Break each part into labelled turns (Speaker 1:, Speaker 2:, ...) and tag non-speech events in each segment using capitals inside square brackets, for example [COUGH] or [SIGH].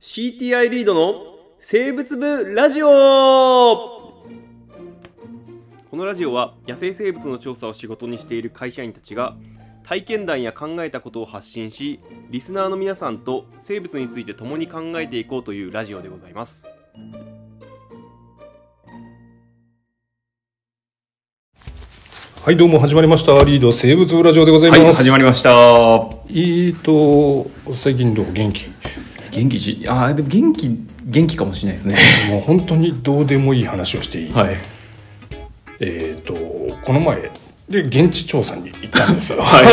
Speaker 1: CTI リードの生物部ラジオこのラジオは野生生物の調査を仕事にしている会社員たちが体験談や考えたことを発信しリスナーの皆さんと生物について共に考えていこうというラジオでございます
Speaker 2: はい、どうも始まりました。リード生物部ラジオでございます。
Speaker 3: はい、始まりました。
Speaker 2: えーと、最近どう元気
Speaker 3: 元気じ、あー、でも元気、元気かもしれないですね。
Speaker 2: もう本当にどうでもいい話をしていい。
Speaker 3: はい。
Speaker 2: えーと、この前、で、現地調査に行ったんですよ。
Speaker 3: [LAUGHS] はい、は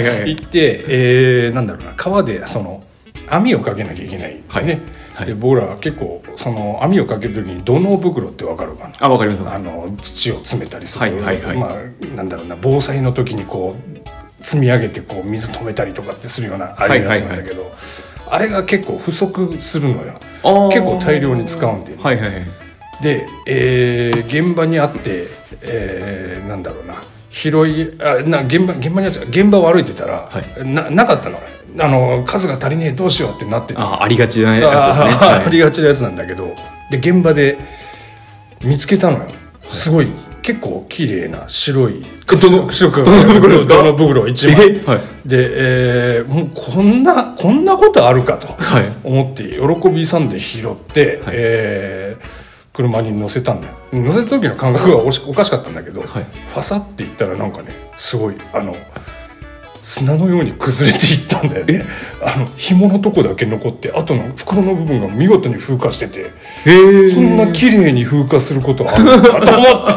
Speaker 3: い、はい、はい。
Speaker 2: [LAUGHS] 行って、えー、なんだろうな、川で、その、網をかけなきゃいけない、ね。
Speaker 3: はいはい
Speaker 2: で、僕らは結構、その、網をかけるときに、土の袋ってわかるかな
Speaker 3: あ、わかります。
Speaker 2: あ
Speaker 3: は
Speaker 2: の土を詰めたりする、
Speaker 3: はいはいはい
Speaker 2: まあなんだろうな防災の時にこう積み上げてこう水止めたりとかってするようなああいうやつなんだけど、あれが結構不足するのよ
Speaker 3: あー
Speaker 2: 結構大量に使うんで、
Speaker 3: い、はい、はい。
Speaker 2: で、えー現場にあって、えーなんだろうな広いあな現場現場にあって現場を歩いてたら、
Speaker 3: は
Speaker 2: ななかったのねあの数が足りねえどうしようってなってて
Speaker 3: あー、ありがちなやつですね。
Speaker 2: あーあ
Speaker 3: [LAUGHS] はい
Speaker 2: りがちなやつなんだけどで現場で見つけたのよすごい結構綺麗な白い
Speaker 3: どの
Speaker 2: 白く
Speaker 3: どの袋ですか
Speaker 2: どの袋1枚
Speaker 3: えはい
Speaker 2: で、えーもうこんなこんなことあるかと
Speaker 3: はい
Speaker 2: 思って喜びさんで拾って、
Speaker 3: はい
Speaker 2: えー車に乗せたんだよ乗せた時の感覚がおしおかしかったんだけど、
Speaker 3: はい
Speaker 2: ファサっていったらなんかねすごいあの砂のように崩れていったんだよねあの紐のとこだけ残ってあとの袋の部分が見事に風化してて
Speaker 3: へえ。
Speaker 2: そんな綺麗に風化することあるのかと思っ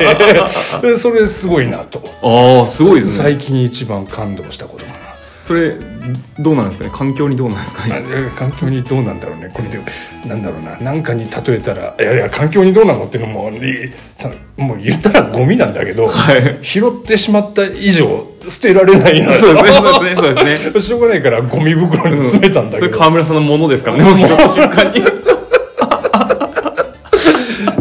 Speaker 2: て
Speaker 3: [LAUGHS]
Speaker 2: でそれすごいなと
Speaker 3: ああ、すごいですね。
Speaker 2: 最近一番感動したことかな。
Speaker 3: それ、どうなんですかね。環境にどうなんですか
Speaker 2: あ
Speaker 3: ね。
Speaker 2: れ環境にどうなんだろうねこれでなんだろうな何かに例えたらいやいや環境にどうなのっていうのもいそのもう言ったらゴミなんだけど、
Speaker 3: はい
Speaker 2: 拾ってしまった以上捨てられないな
Speaker 3: そうですね、そうですね、そうです [LAUGHS]
Speaker 2: [LAUGHS]
Speaker 3: ね。
Speaker 2: しょうがないからゴミ袋に詰めたんだけ
Speaker 3: それ
Speaker 2: ど、
Speaker 3: 川村さんのものですからね。もう拾 [LAUGHS] った瞬間に。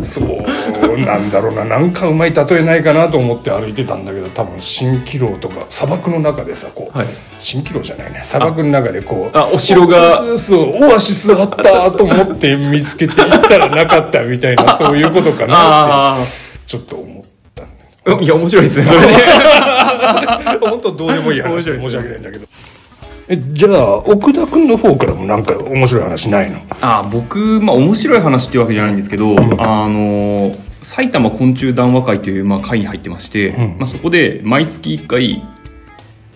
Speaker 2: そうなんだろうななんかうまい例えないかなと思って歩いてたんだけど多分蜃気楼とか砂漠の中でさこう、
Speaker 3: はい
Speaker 2: 蜃気楼じゃないね砂漠の中でこう
Speaker 3: あお城が
Speaker 2: そうそうオアシスあったと思って見つけて行ったらなかったみたいなそういうことかなっ
Speaker 3: あ
Speaker 2: てちょっと思ったね
Speaker 3: あ。いや、面白いですね。それね。
Speaker 2: 本当どうでもいい話で
Speaker 3: 面白いです
Speaker 2: 申
Speaker 3: ね
Speaker 2: し訳ないんだけどえじゃあ奥田君の方からもなんか面白い話ないの
Speaker 3: あ僕、まあ、面白い話っていうわけじゃないんですけど、あの埼玉昆虫談話会という、まあ、会に入ってまして、
Speaker 2: うん
Speaker 3: まあ、そこで毎月1回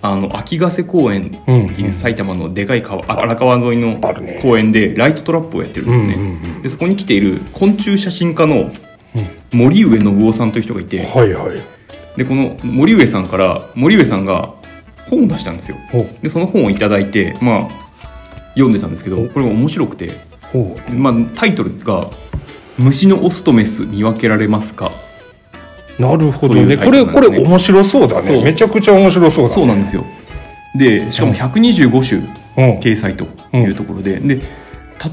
Speaker 3: あの秋ヶ瀬公園って
Speaker 2: うん
Speaker 3: いううん埼玉のでかい川、荒川沿いの
Speaker 2: あるね
Speaker 3: 公園でライトトラップをやってるんですね、
Speaker 2: うんうんうん
Speaker 3: でそこに来ている昆虫写真家の森上信夫さんという人がいて
Speaker 2: はいはい
Speaker 3: でこの森上さんから森上さんが本を出したんですよ
Speaker 2: ほう
Speaker 3: でその本をいただいて、まあ、読んでたんですけどこれが面白くて
Speaker 2: ほ
Speaker 3: まあ、タイトルが「虫のオスとメス見分けられますか?
Speaker 2: うなるほど
Speaker 3: とい
Speaker 2: ね
Speaker 3: うタ
Speaker 2: こ
Speaker 3: イト
Speaker 2: れ
Speaker 3: ル
Speaker 2: こ
Speaker 3: なんですね
Speaker 2: れ面白そうだ
Speaker 3: そ
Speaker 2: ね
Speaker 3: う
Speaker 2: めちゃくちゃ面白そう」だ
Speaker 3: そうなんですよでしかも125
Speaker 2: う
Speaker 3: 種
Speaker 2: ん
Speaker 3: 掲載というところで、で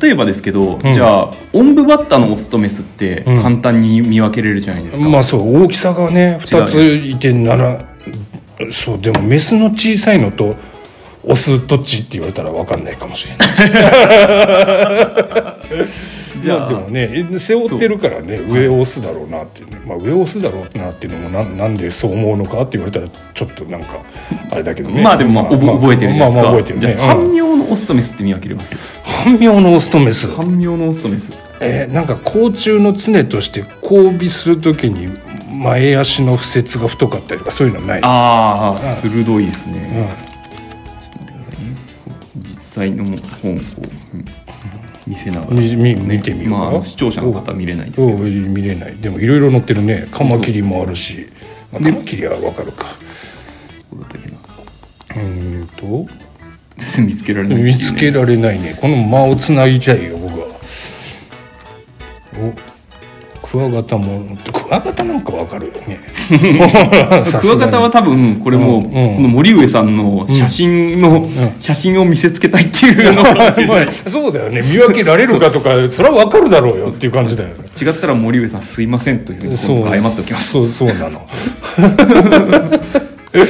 Speaker 3: 例えばですけど、
Speaker 2: うん
Speaker 3: じゃあ音部バッタのオスとメスって
Speaker 2: うん
Speaker 3: 簡単に見分けれるじゃないですか、
Speaker 2: まあそう大きさがね
Speaker 3: 違う
Speaker 2: 2ついてならそうでもメスの小さいのとオスどっちって言われたら分かんないかもしれない
Speaker 3: [LAUGHS] じゃ
Speaker 2: ま
Speaker 3: あ
Speaker 2: でもね背負ってるからね上オスだろうなっていうね、まあ、上オスだろうなっていうのもなんなんでそう思うのかって言われたらちょっとなんかあれだけどね
Speaker 3: まあでもまあ、覚覚えてるじゃない
Speaker 2: まあ
Speaker 3: ですか、
Speaker 2: まあ覚えてるね、
Speaker 3: じゃあ
Speaker 2: う
Speaker 3: 半
Speaker 2: ん
Speaker 3: 妙のオスとメスって見分けれます
Speaker 2: 半妙のオスとメス
Speaker 3: 半妙のオスとメス
Speaker 2: えーなんか甲虫の常として交尾するときに前足の付節が太かったりとかそういうのはない
Speaker 3: ああ鋭いですね、
Speaker 2: うん
Speaker 3: 実際の本をうん見せながら、
Speaker 2: みみ見てみようか
Speaker 3: まああの、視聴者の方見れないですけ
Speaker 2: お
Speaker 3: ど
Speaker 2: う見れないでもいろいろ載ってるねカマキリもあるし、まあ、カマキリはわかるか
Speaker 3: ここだったっけな
Speaker 2: うーんと
Speaker 3: 全然 [LAUGHS] 見つけられないっていうね
Speaker 2: 見つけられないねこの間をつなぎたいよ僕はおクワガタもクワガタなんかわかるよ
Speaker 3: [LAUGHS]
Speaker 2: ね
Speaker 3: クワガタは多分これも、
Speaker 2: うんうん
Speaker 3: この森上さんの写真の、
Speaker 2: ん
Speaker 3: 写真を見せつけたいっていうのかもしれない
Speaker 2: そうだよね見分けられるかとかそれはわかるだろうよっていう感じだよね
Speaker 3: 違ったら森上さんすいませんというふうに謝
Speaker 2: そう
Speaker 3: ってお
Speaker 2: [LAUGHS]
Speaker 3: きます
Speaker 2: そうそうなの
Speaker 3: で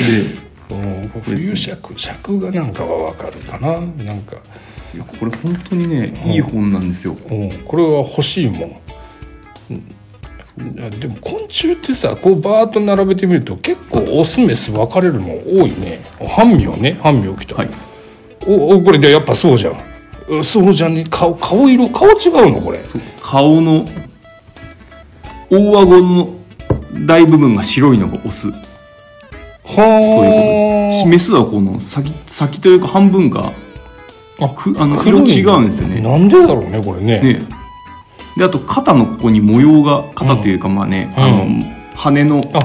Speaker 2: うん、冬尺尺がなんかはわかるかななんか
Speaker 3: いやこれ本当にねいい本なんですよ、
Speaker 2: うん、これは欲しいもん、うんいやでも昆虫ってさこうバーッと並べてみると結構オスメス分かれるの多いね半身をね半身をきた、
Speaker 3: はい
Speaker 2: おおこれでやっぱそうじゃんうんそうじゃんね顔顔色顔違うのこれ
Speaker 3: そう顔の大顎の大部分が白いのがオスということですし
Speaker 2: は
Speaker 3: メスはこの先先というか半分が
Speaker 2: あ
Speaker 3: くあの
Speaker 2: 黒
Speaker 3: 色
Speaker 2: い
Speaker 3: 違うんですよ
Speaker 2: あ
Speaker 3: ね
Speaker 2: なんでだろうねこれね
Speaker 3: ねであと肩のここに模様が肩というかまあね、
Speaker 2: うん
Speaker 3: あ
Speaker 2: う
Speaker 3: の羽の
Speaker 2: あ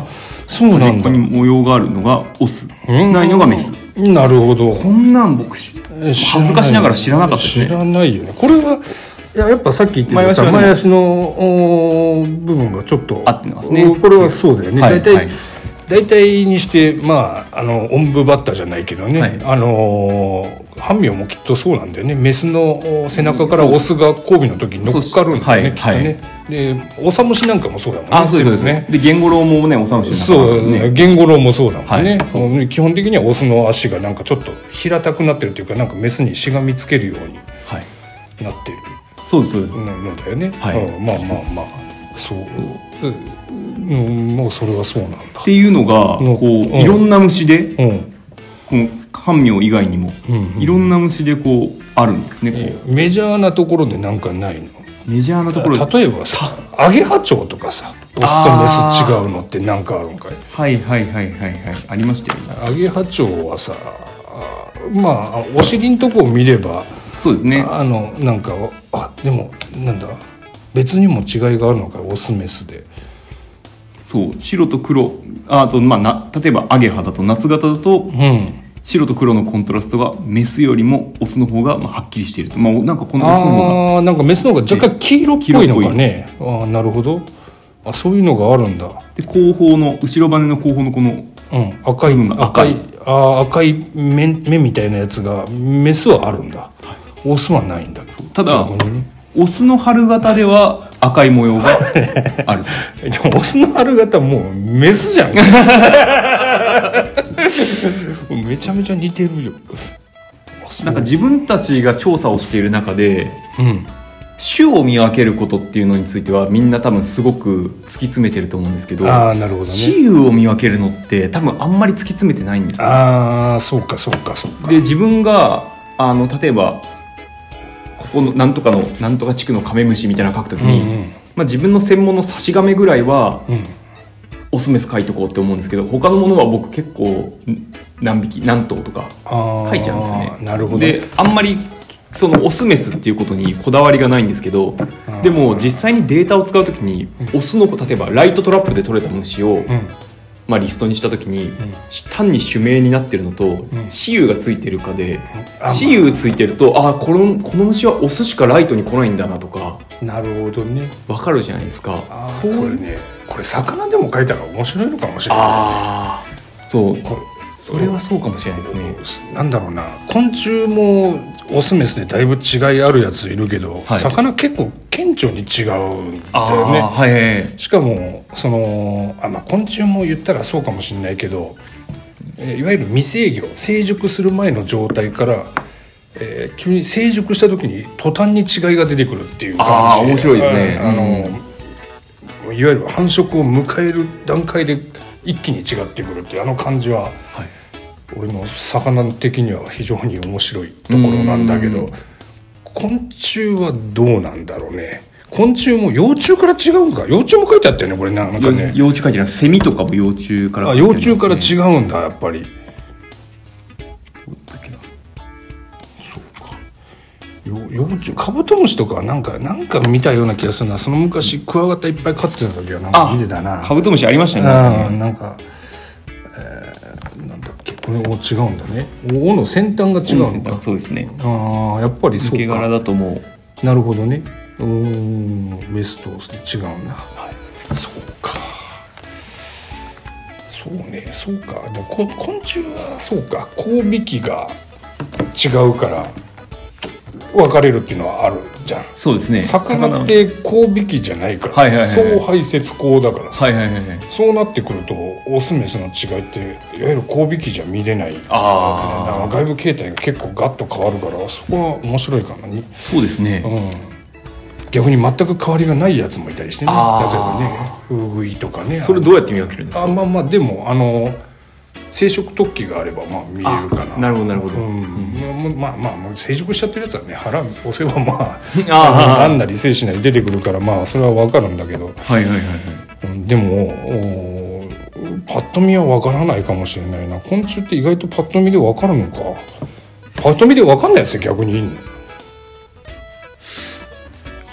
Speaker 2: そうな
Speaker 3: 端
Speaker 2: ん
Speaker 3: っこ
Speaker 2: だ
Speaker 3: に模様があるのがオス
Speaker 2: うん
Speaker 3: ないのがメス
Speaker 2: なるほど
Speaker 3: こんなん僕し恥ずかしながら知らなかったですね
Speaker 2: 知らないよねこれはいややっぱさっき言ってたさ前足,、
Speaker 3: 前足はね
Speaker 2: のおー部分がちょっと
Speaker 3: 合ってますね
Speaker 2: おこれはそうだよね、
Speaker 3: はい
Speaker 2: 大体、
Speaker 3: はい
Speaker 2: 大体にしてまああのおんぶバッターじゃないけどね、
Speaker 3: はい
Speaker 2: あのー半身もきっとそうなんだよねメスのお背中からオスが交尾の時に乗っかるんだよね、
Speaker 3: そう
Speaker 2: きっとね、でオサムシなんかもそうだもんね
Speaker 3: あそうですそうです
Speaker 2: 全部
Speaker 3: ねで言語郎もねおさむし
Speaker 2: そうですね言語論もそうだもんね、
Speaker 3: はいそう
Speaker 2: もう基本的にはオスの足がなんかちょっと平たくなってるというかなんかメスにしがみつけるように
Speaker 3: はい
Speaker 2: なってる
Speaker 3: そうですそうです
Speaker 2: のだよね、
Speaker 3: はい
Speaker 2: うんまあまあまあそう、うん、もうそれはそうなんだ
Speaker 3: っていうのが
Speaker 2: うん
Speaker 3: こ
Speaker 2: うん
Speaker 3: ういろんな虫で
Speaker 2: うん
Speaker 3: この半妙以外にも
Speaker 2: うん
Speaker 3: いろんな虫でこうあるんですねこ
Speaker 2: メジャーなところでなんかないの
Speaker 3: うメジャーなところで
Speaker 2: 例えばさアゲハチョウとかさオスとメス違うのってなんかあるんかい
Speaker 3: はいはいはいはいはいありましたよね
Speaker 2: アゲハチョウはさあまあお尻のとこを見れば
Speaker 3: そうですね
Speaker 2: あのなんかあでもなんだ別にも違いがあるのかオスメスで
Speaker 3: そう白と黒ああとまあな例えばアゲハだと夏型だと
Speaker 2: うん
Speaker 3: 白と黒のコントラストがメスよりもオスの方がまあはっきりしているとまあなんかこのオスの方が
Speaker 2: ああーなんかメスの方が若干黄色っぽいの
Speaker 3: 黄
Speaker 2: か
Speaker 3: 色っぽい
Speaker 2: ねああなるほどあそういうのがあるんだ
Speaker 3: で後方の後ろ羽の後方のこの
Speaker 2: うん赤い
Speaker 3: 部分が
Speaker 2: 赤
Speaker 3: 赤い
Speaker 2: いああ赤い目目みたいなやつがメスはあるんだオスはないんだ
Speaker 3: ただ
Speaker 2: ここにね
Speaker 3: オスの春型では赤い模様がある
Speaker 2: でもオスの春型もうメス [LAUGHS] じゃんめちゃめちゃ似てるよオス
Speaker 3: [LAUGHS] なんか自分たちが調査をしている中で
Speaker 2: うん
Speaker 3: 種を見分けることっていうのについてはみんな多分すごく突き詰めてると思うんですけど
Speaker 2: ああなるほどね
Speaker 3: 雌雄を見分けるのって多分あんまり突き詰めてないんですよ
Speaker 2: ああそうかそうかそうか
Speaker 3: で自分があの例えばここのなんとかのなんとか地区のカメムシみたいなの書くとき
Speaker 2: うん
Speaker 3: に、まあ、自分の専門の差し亀ぐらいは
Speaker 2: うんうん
Speaker 3: オスメス書いとこうって思うんですけど他のものは僕結構ん何匹何頭とか
Speaker 2: ああ
Speaker 3: 書いちゃうんですね
Speaker 2: なるほど
Speaker 3: であんまりそのオスメスっていうことにこだわりがないんですけ
Speaker 2: う
Speaker 3: ど
Speaker 2: ん
Speaker 3: でも実際にデータを使うときにオスの例えばライトトラップで取れた虫を、
Speaker 2: うん
Speaker 3: まあ、リストにしたときに、
Speaker 2: ん
Speaker 3: 単に種名になってるのと
Speaker 2: ん
Speaker 3: 雌雄、がついてるかで
Speaker 2: あ
Speaker 3: 雌雄ついてるとあーこのこの虫はオスしかライトに来ないんだなとか
Speaker 2: なるほどね
Speaker 3: わかるじゃないですか
Speaker 2: あー
Speaker 3: そう
Speaker 2: これねこれ魚でも書いたら面白いのかもしれない
Speaker 3: あーそう
Speaker 2: これ
Speaker 3: それはそうかもしれないですね
Speaker 2: なんだろうな昆虫もオスメスでだいぶ違いあるやついるけど、
Speaker 3: はい
Speaker 2: 魚結構顕著に違うんだ
Speaker 3: あ
Speaker 2: よ
Speaker 3: ー
Speaker 2: ね
Speaker 3: はいはいはい
Speaker 2: しかもそのあ、まあ、昆虫も言ったらそうかもしれないけど、えーいわゆる未成魚成熟する前の状態から、えー急に成熟した時に途端に違いが出てくるっていう感じ
Speaker 3: あー面白いですね
Speaker 2: うんあのいわゆる繁殖を迎える段階で一気に違ってくるっていうあの感じは、俺の魚的には非常に面白いところなんだけ
Speaker 3: う
Speaker 2: ど
Speaker 3: ん
Speaker 2: 昆虫はどうなんだろうね昆虫も幼虫から違うんか幼虫も書いてあったよねこれなんかね
Speaker 3: 幼虫書いてないセミとかも幼虫から
Speaker 2: あ
Speaker 3: 書い
Speaker 2: 幼
Speaker 3: てありますね
Speaker 2: 虫から違うんだやっぱりよ幼虫カブトムシとかはなんかなんか見たような気がするなその昔クワガタいっぱい飼ってた時はなんか
Speaker 3: あ
Speaker 2: 見てたな
Speaker 3: カブトムシありました
Speaker 2: あ
Speaker 3: ね
Speaker 2: ーなんか、えーなんだっけこれも違うんだね尾の先端が違うんだ
Speaker 3: そうですね
Speaker 2: ああやっぱりそう
Speaker 3: 抜け
Speaker 2: か
Speaker 3: 殻だともう
Speaker 2: なるほどねうーんメスとオスで違うんだ、そうかそうねそうかでもこ昆虫はそうか交尾器が違うから分かれるっていうのはあるじゃん、
Speaker 3: そうですね
Speaker 2: 魚って交尾器じゃないからさ、
Speaker 3: はいはいはいはい
Speaker 2: 総排泄口だからさ、
Speaker 3: はいはいはいはい
Speaker 2: そうなってくるとオスメスの違いっていわゆる交尾器じゃ見れないだから
Speaker 3: ああ
Speaker 2: 外部形態が結構ガッと変わるからそこは面白いかなに、
Speaker 3: そうですね
Speaker 2: うん、逆に全く変わりがないやつもいたりしてね
Speaker 3: あー
Speaker 2: 例えばねウグイとかね
Speaker 3: それどうやって見分けるんです
Speaker 2: あ
Speaker 3: か
Speaker 2: まあまあでもあの生殖突起があればまあ見えるかな
Speaker 3: なるほどなるほど
Speaker 2: うんまあまあまあ成熟しちゃってるやつはね腹押せばま [LAUGHS] あ
Speaker 3: あ
Speaker 2: 何なり精子なり出てくるからまあそれは分かるんだけど、
Speaker 3: あはいはいはいはい
Speaker 2: うんでもおーパッと見は分からないかもしれないな昆虫って意外とパッと見で分かるのかパッと見で分かんないやつ逆にいいの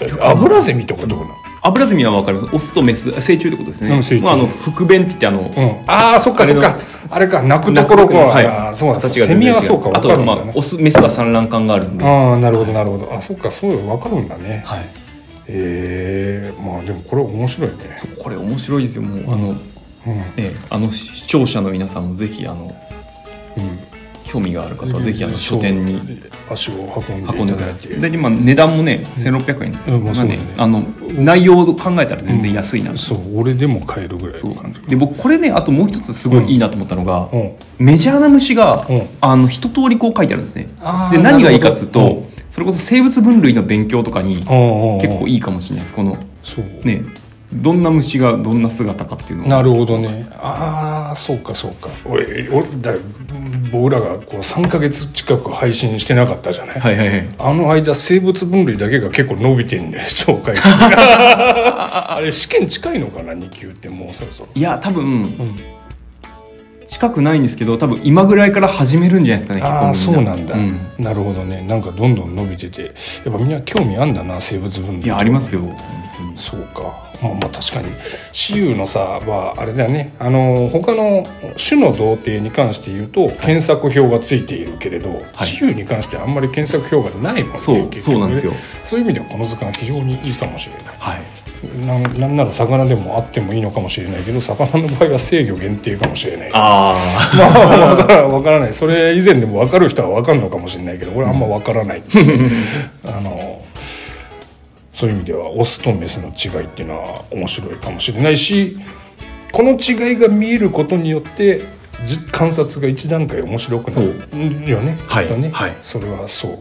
Speaker 2: えアブラゼミとかどうなの
Speaker 3: アブラゼミは分かりますオスとメス成虫ってことですね
Speaker 2: うん成虫
Speaker 3: まああの腹弁って言ってあの
Speaker 2: うん、ああそっかそっかあれか鳴くところか、
Speaker 3: はい
Speaker 2: あーそうだそう
Speaker 3: 形が
Speaker 2: セ
Speaker 3: 全然
Speaker 2: ミ
Speaker 3: 違
Speaker 2: はそうか
Speaker 3: あ
Speaker 2: 分
Speaker 3: と
Speaker 2: かる
Speaker 3: は
Speaker 2: ん
Speaker 3: ま
Speaker 2: だ
Speaker 3: あ
Speaker 2: ね
Speaker 3: オスメスは産卵管があるんで
Speaker 2: ああなるほどなるほどあそっかそういうの分かるんだね
Speaker 3: はい
Speaker 2: ええまあでもこれ面白いね
Speaker 3: これ面白いですよもうあの、
Speaker 2: うん
Speaker 3: ええあの視視聴者の皆さんもぜひあの興味がある方はぜひあの書店に
Speaker 2: 足を運んで
Speaker 3: 運
Speaker 2: い
Speaker 3: んで
Speaker 2: た
Speaker 3: く
Speaker 2: だい
Speaker 3: だ
Speaker 2: て
Speaker 3: さい大体まあ値段もね1600円
Speaker 2: うんまあそうだね
Speaker 3: あの内容を考えたら全然安いな、
Speaker 2: そう俺でも買えるぐらい
Speaker 3: そう
Speaker 2: の感じ
Speaker 3: で僕これねあともう一つすごいいいなと思ったのが、
Speaker 2: うん
Speaker 3: メジャーな虫が、
Speaker 2: うん
Speaker 3: あの一通りこう書いてあるんですね
Speaker 2: あー
Speaker 3: で何がいいかっつう
Speaker 2: なる
Speaker 3: と、
Speaker 2: ほど
Speaker 3: それこそ生物分類の勉強とかに結構
Speaker 2: い
Speaker 3: いいかもしれないですこの
Speaker 2: そう
Speaker 3: ねどんな虫がどんな姿かっていうの
Speaker 2: なるほどねああそうかそうか俺俺だ僕らがこう3か月近く配信してなかったじゃない、
Speaker 3: はいはいはい
Speaker 2: あの間生物分類だけが結構伸びてんね [LAUGHS] 紹介
Speaker 3: [LAUGHS]
Speaker 2: 数あれ試験近いのかな2級ってもうそろそろ
Speaker 3: いや多分
Speaker 2: うん
Speaker 3: 近くないんですけど多分今ぐらいから始めるんじゃないですかね結構
Speaker 2: ああそう
Speaker 3: みん
Speaker 2: な
Speaker 3: な
Speaker 2: んだ、
Speaker 3: うん
Speaker 2: なるほどねなんかどんどん伸びててやっぱみんな興味あんだな生物分類
Speaker 3: いやありますよ
Speaker 2: そうかまあまあ確かに雌雄の差はあれだよねあの他の種の同定に関して言うと検索表がついているけれど雌雄、に関してはあんまり検索表がないもんね
Speaker 3: そう
Speaker 2: 結
Speaker 3: そ
Speaker 2: 局
Speaker 3: う
Speaker 2: ね
Speaker 3: なんですよ
Speaker 2: そういう意味ではこの図鑑は非常にいいかもしれない
Speaker 3: はい
Speaker 2: なんなんなら魚でもあってもいいのかもしれないけど魚の場合は制御限定かもしれない
Speaker 3: あ
Speaker 2: まあ分からん分からないそれ以前でも分かる人は分かるのかもしれないけど俺あんま分からない
Speaker 3: [LAUGHS]
Speaker 2: あのそういう意味ではオスとメスの違いっていうのは面白いかもしれないしこの違いが見えることによってじ観察が一段階面白くなるよねき
Speaker 3: はい
Speaker 2: っとね、
Speaker 3: はい
Speaker 2: それはそう、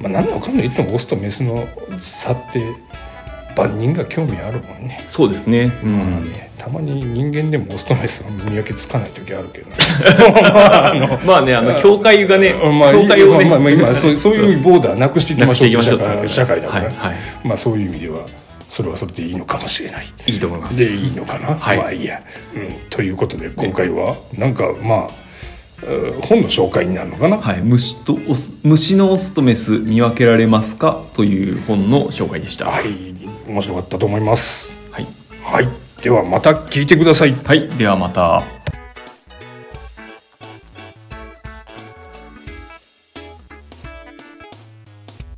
Speaker 2: まあ、何のかんの言ってもオスとメスの差って万人が興味あるもんね
Speaker 3: あそうですねう
Speaker 2: まあ
Speaker 3: ん
Speaker 2: ねたまに人間でもオスとメスの見分けつかない時あるけどね
Speaker 3: まあねあの教会がね
Speaker 2: まあ、
Speaker 3: 教会をね
Speaker 2: まあまあ今そうそういうボーダーなくしていきましょう
Speaker 3: なくしていきましょうって
Speaker 2: 社会だから、
Speaker 3: はいはい
Speaker 2: まあ、そういう意味ではそれはそれでいいのかもしれない
Speaker 3: [LAUGHS] いいと思います
Speaker 2: でいいのかな、
Speaker 3: はい
Speaker 2: まあいいや、うん、ということで今回はなんかまあえー本の紹介になるのかな、
Speaker 3: はい、虫とオス虫のオスとメス見分けられますかという本の紹介でした。
Speaker 2: はい、面白かったと思います
Speaker 3: はい、
Speaker 2: はいではまた聞いてください
Speaker 3: はい、ではまた。